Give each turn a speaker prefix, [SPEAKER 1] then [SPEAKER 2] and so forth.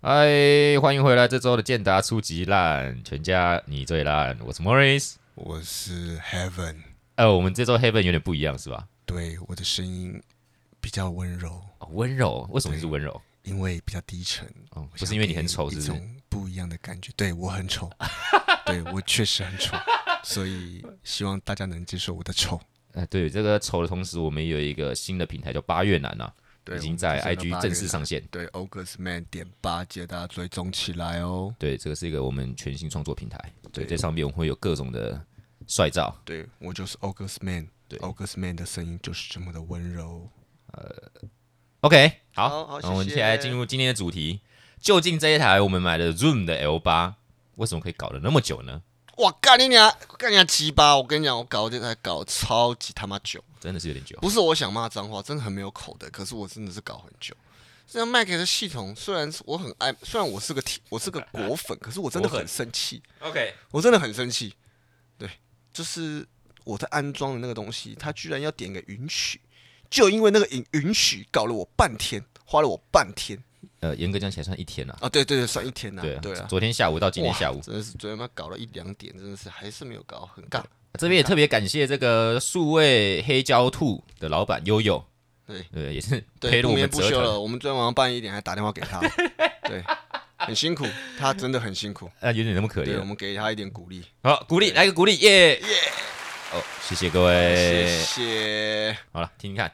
[SPEAKER 1] 嗨，欢迎回来！这周的健达初级烂，全家你最烂，我是 Morris。
[SPEAKER 2] 我是 Heaven，
[SPEAKER 1] 呃，我们这周 Heaven 有点不一样，是吧？
[SPEAKER 2] 对我的声音比较温柔，
[SPEAKER 1] 哦温柔，为什么是温柔？
[SPEAKER 2] 因为比较低沉，
[SPEAKER 1] 哦，
[SPEAKER 2] 我
[SPEAKER 1] 不
[SPEAKER 2] 想
[SPEAKER 1] 是因为你
[SPEAKER 2] 给
[SPEAKER 1] 很丑，是不
[SPEAKER 2] 一
[SPEAKER 1] 是？
[SPEAKER 2] 种不一样的感觉。对我 很丑，对我确实很丑，所以希望大家能接受我的丑。
[SPEAKER 1] 呃，对，这个丑的同时，我们也有一个新的平台叫八月男啊，已经在 IG 正式上线。
[SPEAKER 2] 对 August Man 点八，记得大家追踪起来哦。
[SPEAKER 1] 对，这个是一个我们全新创作平台，对，
[SPEAKER 2] 对
[SPEAKER 1] 在上面我们会有各种的帅照，
[SPEAKER 2] 对我就是 August Man，
[SPEAKER 1] 对
[SPEAKER 2] August Man 的声音就是这么的温柔。
[SPEAKER 1] OK，好，
[SPEAKER 2] 好好
[SPEAKER 1] 那我们
[SPEAKER 2] 谢谢
[SPEAKER 1] 现在进入今天的主题，究竟这一台我们买的 Zoom 的 L 八为什么可以搞了那么久呢？
[SPEAKER 2] 哇，干你娘，干你娘鸡巴！我跟你讲，我搞这台搞超级他妈久。
[SPEAKER 1] 真的是有点久。
[SPEAKER 2] 不是我想骂脏话，真的很没有口德，可是我真的是搞很久。这样 Mac 的系统，虽然我很爱，虽然我是个体，我是个果粉，可是我真的
[SPEAKER 1] 果
[SPEAKER 2] 很
[SPEAKER 1] 粉
[SPEAKER 2] 生气，
[SPEAKER 1] OK，
[SPEAKER 2] 我真的很生气。对，就是我在安装的那个东西，它居然要点个允许，就因为那个允允许搞了我半天，花了我半天
[SPEAKER 1] 呃，严格讲起来算一天了、
[SPEAKER 2] 啊！对对对，算一天呐、
[SPEAKER 1] 对
[SPEAKER 2] 对啊，
[SPEAKER 1] 昨天下午到今天
[SPEAKER 2] 哇
[SPEAKER 1] 下午，
[SPEAKER 2] 真的是昨天妈搞了一两点，真的是还是没有搞，很尬。
[SPEAKER 1] 啊这边也特别感谢这个数位黑胶兔的老板悠悠，
[SPEAKER 2] 对
[SPEAKER 1] 对，也是陪 了
[SPEAKER 2] 对，不
[SPEAKER 1] 我
[SPEAKER 2] 眠
[SPEAKER 1] 们
[SPEAKER 2] 不
[SPEAKER 1] 折
[SPEAKER 2] 休
[SPEAKER 1] 腾，
[SPEAKER 2] 了。我们昨天晚上半夜一点还打电话给他， 对，很辛苦，他真的很辛苦。
[SPEAKER 1] 啊，有点那么可
[SPEAKER 2] 对，我
[SPEAKER 1] 怜。
[SPEAKER 2] 们给他一点鼓励，
[SPEAKER 1] 好，鼓励来个鼓励，耶耶！哦，谢谢各位。
[SPEAKER 2] 谢谢。
[SPEAKER 1] 好了，听听看，